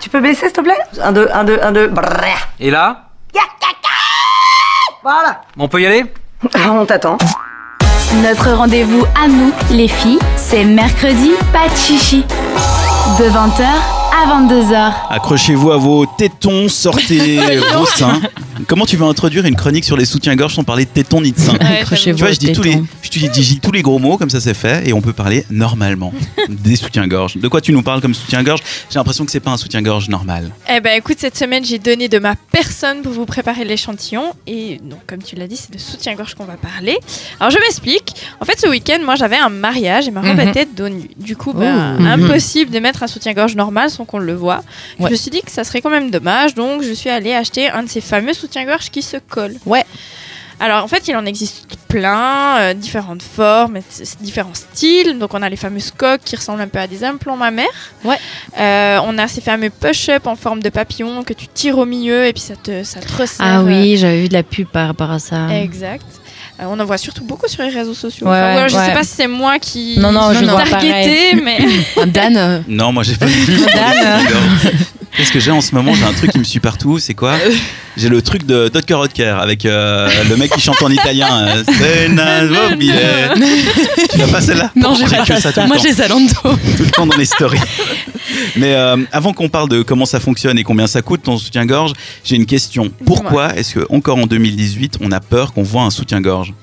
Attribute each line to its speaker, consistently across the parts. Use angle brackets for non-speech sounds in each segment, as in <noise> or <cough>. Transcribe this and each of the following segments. Speaker 1: Tu peux baisser, s'il te plaît Un, deux, un, deux, un, deux. Brrrr.
Speaker 2: Et là
Speaker 1: Voilà.
Speaker 2: On peut y aller
Speaker 1: Ah, On t'attend.
Speaker 3: Notre rendez-vous à nous, les filles, c'est mercredi, pas de chichi. De 20h à 22h.
Speaker 4: Accrochez-vous à vos tétons,
Speaker 5: <laughs>
Speaker 4: sortez vos seins. Comment tu vas introduire une chronique sur les soutiens-gorge sans parler de tétons ni de seins Tu vois, je dis, tous les, je te dis- je dis tous les gros mots, comme ça c'est fait, et on peut parler normalement des soutiens-gorge. De quoi tu nous parles comme soutien-gorge J'ai l'impression que c'est pas un soutien-gorge normal.
Speaker 6: Eh ben écoute, cette semaine j'ai donné de ma personne pour vous préparer l'échantillon et donc comme tu l'as dit, c'est de soutien-gorge qu'on va parler. Alors je m'explique. En fait, ce week-end, moi j'avais un mariage et ma robe
Speaker 5: Mhm.
Speaker 6: à tête dos nu. Du coup, ben,
Speaker 5: Oh. Mhm.
Speaker 6: impossible de mettre un soutien-gorge normal sans qu'on le voit.
Speaker 5: Ouais.
Speaker 6: Je me suis dit que ça serait quand même dommage, donc je suis allée acheter un de ces fameux soutiens-gorge qui se collent.
Speaker 5: Ouais.
Speaker 6: Alors en fait, il en existe plein, euh, différentes formes, et t- différents styles. Donc on a les fameuses coques qui ressemblent un peu à des implants mammaires.
Speaker 5: Ouais.
Speaker 6: Euh, on a ces fameux push-up en forme de papillon que tu tires au milieu et puis ça te, ça te resserre.
Speaker 7: Ah oui, j'avais vu de la pub par rapport à ça.
Speaker 6: euh, Exact. Euh, on en voit surtout beaucoup sur les réseaux sociaux.
Speaker 5: Ouais,
Speaker 6: Enfin, ou alors, je
Speaker 5: ouais.
Speaker 6: sais pas si c'est moi qui
Speaker 7: Non, non,
Speaker 5: je vois
Speaker 6: targeté, mais
Speaker 5: Dan, euh,
Speaker 4: Non, moi j'ai pas vu. pour les
Speaker 5: <laughs> Madame.
Speaker 4: soutiens-gorge. Qu'est-ce que j'ai en ce moment J'ai un truc qui me suit partout, c'est quoi J'ai le truc de Dodger Rodker avec euh, le mec qui chante en italien. euh,
Speaker 5: <laughs>
Speaker 4: C'est Nazobile. Tu n'as pas celle-là
Speaker 5: non, j'ai
Speaker 4: Pourquoi
Speaker 5: pas
Speaker 4: que
Speaker 5: ça.
Speaker 4: tout le
Speaker 5: Moi,
Speaker 4: temps
Speaker 5: j'ai ça dans le dos.
Speaker 4: tout le temps dans les stories. <laughs> Mais euh, avant qu'on parle de comment ça fonctionne et combien ça coûte ton soutien-gorge, j'ai une question. Pourquoi est-ce que encore en 2018, on a peur qu'on voit un soutien-gorge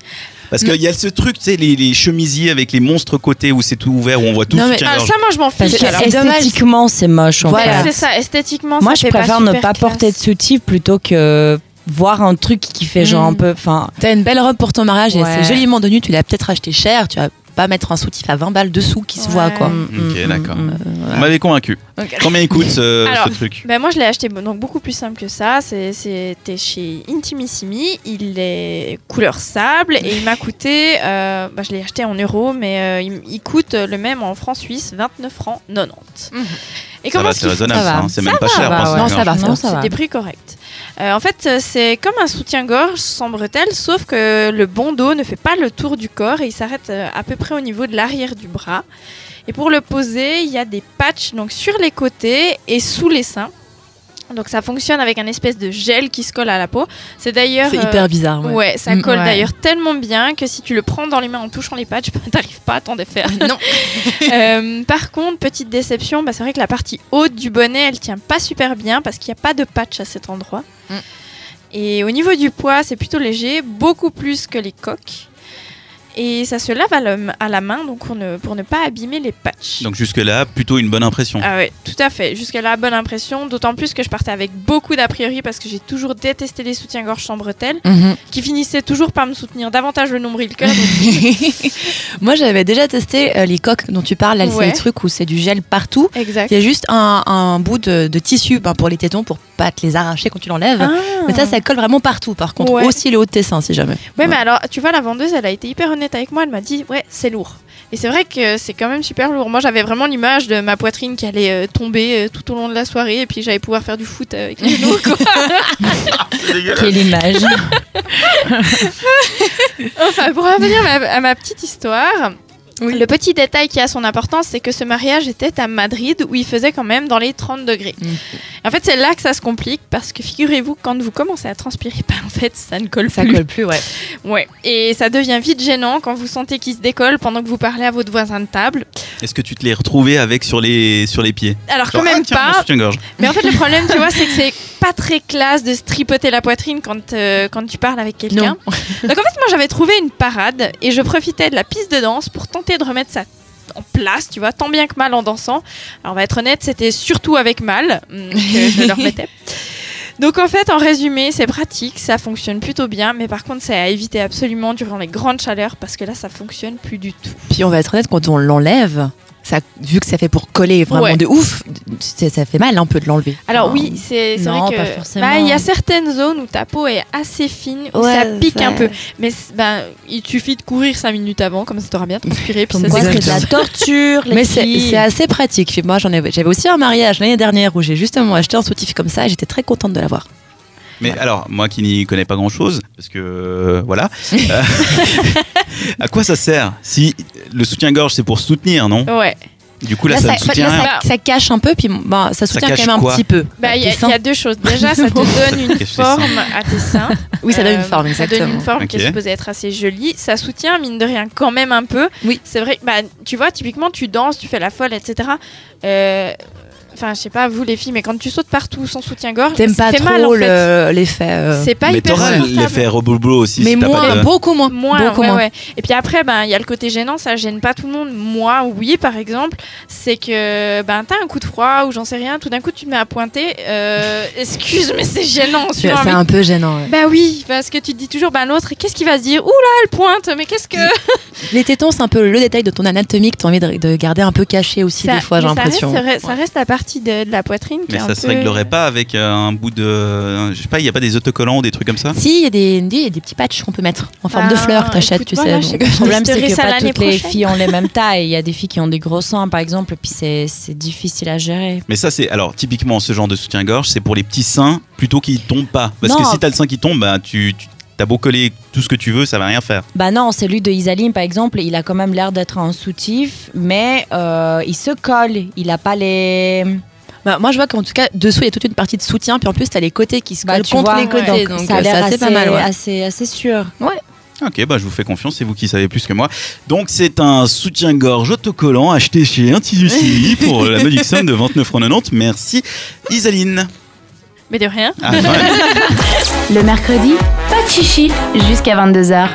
Speaker 4: parce qu'il y a ce truc, tu sais, les, les chemisiers avec les monstres côtés où c'est tout ouvert, où on voit tout
Speaker 5: Non,
Speaker 4: le
Speaker 5: mais-
Speaker 6: Ah,
Speaker 4: soutien-gorge.
Speaker 6: ça moi je m'en
Speaker 7: Parce
Speaker 6: fiche.
Speaker 7: que
Speaker 5: C'est-
Speaker 6: alors.
Speaker 5: c'est dommage.
Speaker 7: esthétiquement, c'est moche en
Speaker 5: Voilà.
Speaker 7: fait.
Speaker 6: C'est ça, esthétiquement.
Speaker 7: Moi,
Speaker 6: ça
Speaker 7: je
Speaker 6: fait pas
Speaker 7: préfère ne
Speaker 6: super
Speaker 7: pas
Speaker 6: classe.
Speaker 7: porter de soutif plutôt que voir un truc qui fait genre
Speaker 5: Mm.
Speaker 7: un peu. Enfin,
Speaker 5: <laughs> T'as une belle robe pour ton mariage et
Speaker 7: Ouais.
Speaker 5: c'est joliment de nu. Tu l'as peut-être acheté cher. Tu vas pas mettre un soutif à 20 balles dessous qui se
Speaker 6: Ouais.
Speaker 5: voit, quoi.
Speaker 4: Ok, d'accord.
Speaker 7: mm.
Speaker 4: On m'avait convaincu. Combien il coûte euh, ce,
Speaker 6: Alors,
Speaker 4: ce truc
Speaker 6: Ben moi je l'ai acheté bon, donc beaucoup plus simple que ça. C'est- C'était chez Intimissimi. Il est couleur sable et il m'a coûté. euh, ben, je l'ai acheté en euros, mais euh, il, il coûte le même en francs suisses, 29 francs 90.
Speaker 5: Mhm.
Speaker 6: Et
Speaker 4: Ça
Speaker 6: comment
Speaker 4: va, c'est
Speaker 6: est-ce qu'il faut-
Speaker 4: raisonnable,
Speaker 7: Ça
Speaker 4: ça,
Speaker 7: va.
Speaker 4: hein. c'est même pas
Speaker 7: Ça
Speaker 4: cher.
Speaker 7: va,
Speaker 4: pour un
Speaker 7: ouais.
Speaker 5: Non, ça
Speaker 4: soutien-gorge.
Speaker 5: va,
Speaker 7: Non,
Speaker 5: ça,
Speaker 7: ça
Speaker 5: va.
Speaker 7: va.
Speaker 6: Hein, des prix corrects. Euh, en fait, euh, c'est comme un soutien-gorge sans bretelles, sauf que le bandeau ne fait pas le tour du corps et il s'arrête euh, à peu près au niveau de l'arrière du bras. Et pour le poser, il y a des patchs donc sur les côtés et sous les seins. Donc ça fonctionne avec un espèce de gel qui se colle à la peau. C'est d'ailleurs
Speaker 5: C'est
Speaker 6: euh,
Speaker 5: hyper bizarre.
Speaker 6: Ouais.
Speaker 5: ouais.
Speaker 6: ça
Speaker 5: Mm,
Speaker 6: colle
Speaker 5: ouais.
Speaker 6: d'ailleurs tellement bien que si tu le prends dans les mains en touchant les patchs, <laughs> t'arrives pas à t'en défaire.
Speaker 5: Non.
Speaker 6: <laughs> Euh, par contre, petite déception, bah, c'est vrai que la partie haute du bonnet, elle tient pas super bien parce qu'il n'y a pas de patch à cet endroit.
Speaker 5: Mm.
Speaker 6: Et au niveau du poids, c'est plutôt léger, beaucoup plus que les coques. Et ça se lave à la, à la main donc pour ne, pour ne pas abîmer les patchs.
Speaker 5: mm.
Speaker 4: Donc jusque-là, plutôt une bonne impression.
Speaker 6: Ah ouais, tout à fait. Jusqu'à la bonne impression, d'autant plus que je partais avec beaucoup d'a priori parce que j'ai toujours détesté les soutiens-gorge sans bretelles
Speaker 5: Mhm.
Speaker 6: qui finissait toujours par me soutenir davantage le nombril que. donc-
Speaker 5: <laughs> Moi, j'avais déjà testé euh, les coques dont tu parles. Là, c'est
Speaker 6: Ouais.
Speaker 5: les trucs où c'est du gel partout.
Speaker 6: <laughs> Exact.
Speaker 5: Il y a juste un, un bout de, de tissu ben, pour les tétons pour pas te les arracher quand tu l'enlèves.
Speaker 6: Ah.
Speaker 5: Mais ça, ça colle vraiment partout, par contre.
Speaker 6: Ouais.
Speaker 5: Aussi le haut de tes seins, si jamais.
Speaker 6: Ouais, mais alors, tu vois, la vendeuse, elle a été hyper honnête avec moi. Elle m'a dit, ouais, c'est lourd. Et c'est vrai que c'est quand même super lourd. Moi, j'avais vraiment l'image de ma poitrine qui allait euh, tomber euh, tout au long de la soirée et puis j'allais pouvoir faire du foot euh, avec les genoux, quoi.
Speaker 7: Quelle image.
Speaker 6: Enfin, pour revenir à ma, à ma petite histoire, le petit détail qui a son importance, c'est que ce mariage était à Madrid où il faisait quand même dans les 30 degrés.
Speaker 5: Mm.
Speaker 6: En fait, c'est là que ça se complique parce que figurez-vous, quand vous commencez à transpirer, <laughs> bah, en fait, ça ne colle
Speaker 5: Ça
Speaker 6: plus.
Speaker 5: colle plus, ouais.
Speaker 6: Ouais, et ça devient vite gênant quand vous sentez qu'il se décolle pendant que vous parlez à votre voisin de table.
Speaker 4: Est-ce que tu te l'es retrouvé avec sur les, sur les pieds
Speaker 6: Alors
Speaker 4: Genre,
Speaker 6: quand même
Speaker 4: ah, tiens, mon
Speaker 6: pas,
Speaker 4: soutien-gorge.
Speaker 6: mais en fait le problème, tu vois, c'est que c'est pas très classe de se tripoter la poitrine quand, euh, quand tu parles avec quelqu'un.
Speaker 5: Non.
Speaker 6: Donc en fait moi j'avais trouvé une parade et je profitais de la piste de danse pour tenter de remettre ça en place, tu vois, tant bien que mal en dansant. Alors on va être honnête, c'était surtout avec mal hum, que je le remettais. Donc en fait, en résumé, c'est pratique, ça fonctionne plutôt bien, mais par contre, c'est à éviter absolument durant les grandes chaleurs parce que là, ça fonctionne plus du tout.
Speaker 5: Puis on va être honnête, quand on l'enlève, ça, vu que ça fait pour coller vraiment
Speaker 6: Ouais.
Speaker 5: de ouf, ça, ça fait mal un peu de l'enlever.
Speaker 6: Alors
Speaker 7: Ah,
Speaker 5: Enfin,
Speaker 6: oui, c'est c'est
Speaker 7: Non,
Speaker 6: vrai que
Speaker 7: pas
Speaker 6: bah, il
Speaker 7: forcément.
Speaker 6: y a certaines zones où ta peau est assez fine, où
Speaker 5: Ouais,
Speaker 6: ça pique un
Speaker 5: ouais.
Speaker 6: peu. Mais c'est- ben, il te suffit de courir 5 minutes avant, comme ça t'auras bien transpiré. puis
Speaker 7: Comme
Speaker 6: ça
Speaker 7: quoi,
Speaker 6: c'est-
Speaker 7: c'est
Speaker 5: <laughs>
Speaker 7: de la torture, les
Speaker 5: Mais c'est
Speaker 7: filles.
Speaker 5: c'est assez pratique. Puis Moi, j'en ai- j'avais aussi un mariage l'année dernière où j'ai justement acheté un soutif comme ça et j'étais très contente de l'avoir.
Speaker 4: Mais alors, moi qui n'y connais pas grand chose, parce que euh, voilà, Euh, <laughs> à quoi ça sert Si le soutien-gorge c'est pour soutenir, non
Speaker 6: Ouais.
Speaker 4: Du coup, là,
Speaker 5: Là,
Speaker 4: ça,
Speaker 5: ça,
Speaker 4: me soutient.
Speaker 5: là, ça- ça cache un peu, puis bah, ça soutient
Speaker 4: cache
Speaker 5: quand même
Speaker 4: quoi
Speaker 5: un petit peu.
Speaker 6: Bah, il y, a-
Speaker 5: Tes seins.
Speaker 6: il y a deux choses. Déjà, ça te donne
Speaker 4: Qu'est-ce
Speaker 6: une
Speaker 4: que c'est ça
Speaker 6: forme à tes seins.
Speaker 5: Oui, ça donne
Speaker 6: Euh,
Speaker 5: une forme,
Speaker 6: Ça
Speaker 5: exactement.
Speaker 6: donne une forme qui
Speaker 4: Ok.
Speaker 6: est supposée être assez jolie. Ça soutient, mine de rien, quand même un peu.
Speaker 5: Oui.
Speaker 6: C'est vrai, que, bah, tu vois, typiquement, tu danses, tu fais la folle, etc. Euh, Enfin, je sais pas, vous les filles, mais quand tu sautes partout sans soutien-gorge,
Speaker 5: T'aimes
Speaker 6: ça
Speaker 5: pas
Speaker 6: fait
Speaker 5: trop
Speaker 6: mal en fait.
Speaker 5: le- l'effet. euh,
Speaker 6: C'est pas
Speaker 4: mais
Speaker 6: hyper
Speaker 4: t'auras
Speaker 6: confortable.
Speaker 4: l'effet Roboblo aussi
Speaker 5: Mais
Speaker 4: si t'as
Speaker 5: moins,
Speaker 4: pas de...
Speaker 5: beaucoup
Speaker 6: <laughs>
Speaker 5: moins.
Speaker 6: Moi,
Speaker 5: beaucoup
Speaker 6: ouais,
Speaker 5: moins.
Speaker 6: ouais. Et puis après, ben, il y a le côté gênant, ça gêne pas tout le monde. Moi, oui, par exemple, c'est que ben, t'as un coup de froid ou j'en sais rien, tout d'un coup, tu te mets à pointer. euh, excuse, mais c'est gênant. tu
Speaker 5: C'est
Speaker 6: vois,
Speaker 5: c'est
Speaker 6: mais-
Speaker 5: un peu gênant. ouais.
Speaker 6: Bah oui, parce que tu te dis toujours, ben l'autre, qu'est-ce qu'il va se dire Ouh là, elle pointe, mais qu'est-ce que.
Speaker 5: Les tétons, c'est un peu le détail de ton anatomie que t'as envie de, de garder un peu caché aussi, des fois, j'ai
Speaker 6: mais ça
Speaker 5: l'impression.
Speaker 6: reste- Ça reste, ça reste la partie de, de la poitrine qui
Speaker 4: Mais
Speaker 6: est un
Speaker 4: ça se
Speaker 6: peu-
Speaker 4: réglerait pas avec euh, un bout de. un- Je sais pas, il n'y a pas des autocollants ou des trucs comme ça
Speaker 5: Si, il y, a des- il y a des petits patchs qu'on peut mettre en forme de
Speaker 6: Ah,
Speaker 5: fleurs, t'achètes,
Speaker 6: écoute,
Speaker 5: tu
Speaker 6: voilà,
Speaker 5: sais.
Speaker 6: je sais
Speaker 5: <laughs> donc-
Speaker 6: pas.
Speaker 7: Le problème, c'est
Speaker 6: testerai
Speaker 7: que
Speaker 6: ça
Speaker 7: pas
Speaker 6: l'année
Speaker 7: toutes les
Speaker 6: prochaine.
Speaker 7: filles ont les mêmes tailles. Il y a des filles qui ont des gros seins, par exemple, et puis c'est c'est difficile à gérer.
Speaker 4: Mais ça, c'est. Alors, typiquement, ce genre de soutien-gorge, c'est pour les petits seins plutôt qu'ils tombent pas. Parce
Speaker 7: Non.
Speaker 4: que si t'as le sein qui tombe, bah, tu. tu- T'as beau coller tout ce que tu veux, ça va rien faire.
Speaker 7: Bah non, celui de Isaline, par exemple, il a quand même l'air d'être un soutif, mais euh, il se colle. Il a pas les.
Speaker 5: Bah, moi, je vois qu'en tout cas, dessous, il y a toute une partie de soutien, puis en plus, t'as les côtés qui se
Speaker 7: Bah,
Speaker 5: collent
Speaker 7: tu
Speaker 5: contre
Speaker 7: vois,
Speaker 5: les côtés.
Speaker 6: ouais.
Speaker 5: Donc,
Speaker 7: ça a
Speaker 5: euh, c'est
Speaker 7: l'air
Speaker 5: assez,
Speaker 7: assez,
Speaker 5: pas mal. ouais.
Speaker 7: assez, assez sûr.
Speaker 4: Ok, bah je vous fais confiance, c'est vous qui savez plus que moi. Donc c'est un soutien-gorge autocollant acheté chez Intilucini pour la modique somme de 29,90€. Merci Isaline.
Speaker 6: Mais de rien.
Speaker 4: Ah, ouais.
Speaker 3: Le mercredi, pas de chichi jusqu'à 22h.